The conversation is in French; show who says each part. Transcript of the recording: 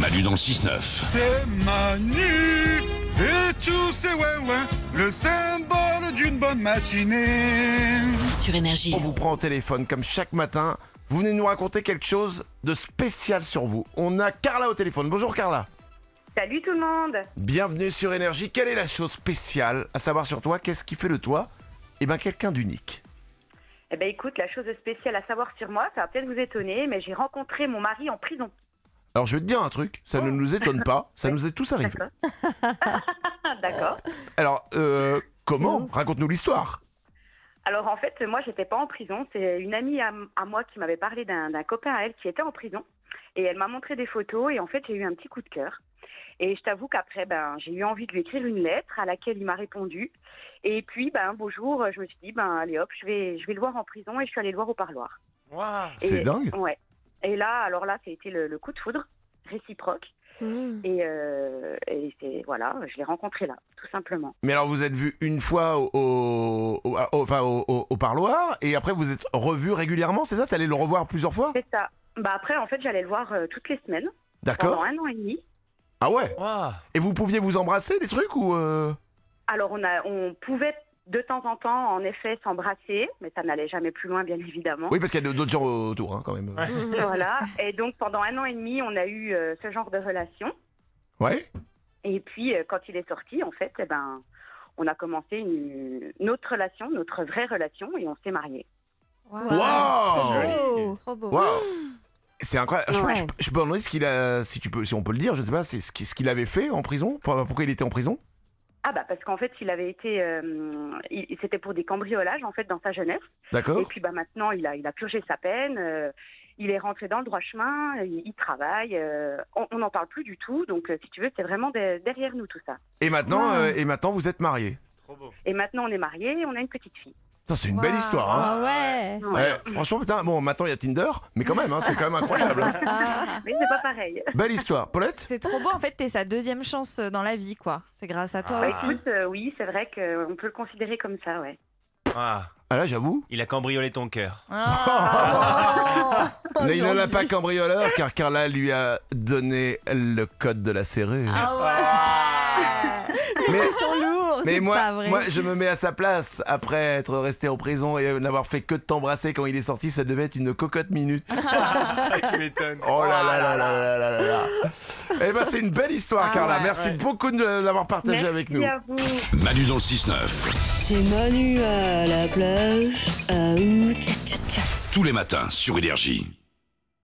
Speaker 1: Manu dans le 6-9.
Speaker 2: C'est Manu et tous ces ouais ouais, le symbole d'une bonne matinée.
Speaker 3: sur énergie.
Speaker 4: On vous prend au téléphone comme chaque matin. Vous venez nous raconter quelque chose de spécial sur vous. On a Carla au téléphone. Bonjour Carla.
Speaker 5: Salut tout le monde
Speaker 4: Bienvenue sur Énergie. Quelle est la chose spéciale à savoir sur toi Qu'est-ce qui fait de toi Eh bien, quelqu'un d'unique.
Speaker 5: Eh ben écoute, la chose spéciale à savoir sur moi, ça va peut-être vous étonner, mais j'ai rencontré mon mari en prison.
Speaker 4: Alors, je vais te dire un truc. Ça ne nous étonne pas. Ça nous est tous arrivé.
Speaker 5: Ah, D'accord.
Speaker 4: Alors, euh, comment Raconte-nous l'histoire.
Speaker 5: Alors en fait, moi j'étais pas en prison, c'est une amie à, à moi qui m'avait parlé d'un d'un copain à elle qui était en prison, et elle m'a montré des photos, et en fait j'ai eu un petit coup de cœur. Et je t'avoue qu'après, ben, j'ai eu envie de lui écrire une lettre à laquelle il m'a répondu. Et puis, ben, un beau jour, je me suis dit, ben, allez hop, je vais, je vais le voir en prison et je suis allée le voir au parloir.
Speaker 4: C'est
Speaker 5: Et-
Speaker 4: dingue.
Speaker 5: Ouais. Et là, alors là, ça a été le, le coup de foudre réciproque.
Speaker 4: Mmh.
Speaker 5: Et, euh, et c'est voilà, je l'ai rencontré là, tout simplement.
Speaker 4: Mais alors, vous êtes vu une fois au, au- au- au- enfin, au- au- au parloir et après, vous êtes revu régulièrement, c'est ça T'es allé le revoir plusieurs fois
Speaker 5: C'est ça. Bah après, en fait, j'allais le voir euh, toutes les semaines pendant
Speaker 4: D'accord
Speaker 5: un an et demi.
Speaker 4: Ah ouais Et vous pouviez vous embrasser, des trucs ou. euh,
Speaker 5: Alors on a, on pouvait de temps en temps, en effet, s'embrasser, mais ça n'allait jamais plus loin, bien évidemment.
Speaker 4: Oui, parce qu'il y a d'autres gens autour, hein, quand même. Ouais.
Speaker 5: Voilà. Et donc pendant un an et demi, on a eu euh, ce genre de relation. Et puis, euh, quand il est sorti, en fait, eh ben, on a commencé une, une autre relation, notre vraie relation, et on s'est mariés.
Speaker 4: Wow.
Speaker 6: Trop beau.
Speaker 4: Waouh. C'est incroyable. Je-
Speaker 3: Ouais.
Speaker 4: Je, je peux me demander ce qu'il a, si tu peux, si on peut le dire, je ne sais pas, c'est ce qu'il ce qu'il avait fait en prison. Pour- Pourquoi il était en prison
Speaker 5: Ah bah parce qu'en fait, il avait été, euh, il- il- c'était pour des cambriolages en fait dans sa jeunesse.
Speaker 4: D'accord.
Speaker 5: Et puis bah maintenant, il a, il a purgé sa peine. euh, il est rentré dans le droit chemin. Il, il travaille. euh, on n'en parle plus du tout. Donc euh, si tu veux, c'est vraiment de- derrière nous tout ça.
Speaker 4: Et maintenant,
Speaker 6: Wow.
Speaker 4: euh, et maintenant, vous êtes mariés.
Speaker 5: Et maintenant, on est mariés. et On a une petite fille.
Speaker 4: Putain, c'est une belle histoire. Hein.
Speaker 6: Ah ouais.
Speaker 5: Ouais.
Speaker 4: Ouais, franchement, putain, bon, maintenant il y a Tinder, mais quand même, hein, c'est quand même incroyable. hein.
Speaker 6: Ah.
Speaker 5: Mais c'est pas pareil.
Speaker 4: belle histoire. Paulette
Speaker 6: C'est trop beau. En fait, t'es sa deuxième chance dans la vie, quoi. C'est grâce à toi
Speaker 4: Ah.
Speaker 5: Bah,
Speaker 6: aussi.
Speaker 5: écoute, euh, oui, c'est vrai qu'on peut le considérer comme ça, ouais.
Speaker 7: Ah,
Speaker 4: Ah là, j'avoue.
Speaker 7: il a cambriolé ton cœur.
Speaker 6: Ah,
Speaker 4: Là, Oh,
Speaker 6: non.
Speaker 4: il ne
Speaker 6: Non,
Speaker 4: l'a
Speaker 6: dis-
Speaker 4: pas cambrioleur car Carla lui a donné le code de la serrure.
Speaker 6: Ah ouais.
Speaker 4: Mais-
Speaker 6: Ils sont lourds.
Speaker 4: Mais
Speaker 6: c'est
Speaker 4: moi,
Speaker 6: pas vrai.
Speaker 4: moi, je me mets à sa place. Après être resté en prison et n'avoir fait que de t'embrasser quand il est sorti, ça devait être une cocotte minute.
Speaker 7: tu m'étonnes.
Speaker 4: Oh là là là là là là là là. Eh ben, c'est une belle histoire,
Speaker 6: Ah
Speaker 4: Carla.
Speaker 6: ouais,
Speaker 4: Merci beaucoup de l'avoir partagée
Speaker 5: Merci
Speaker 4: avec nous.
Speaker 5: à vous.
Speaker 1: Manu dans le 6-9.
Speaker 3: C'est Manu à la plage. Ah, ouh, tcha, tcha, tcha.
Speaker 1: Tous les matins sur Énergie.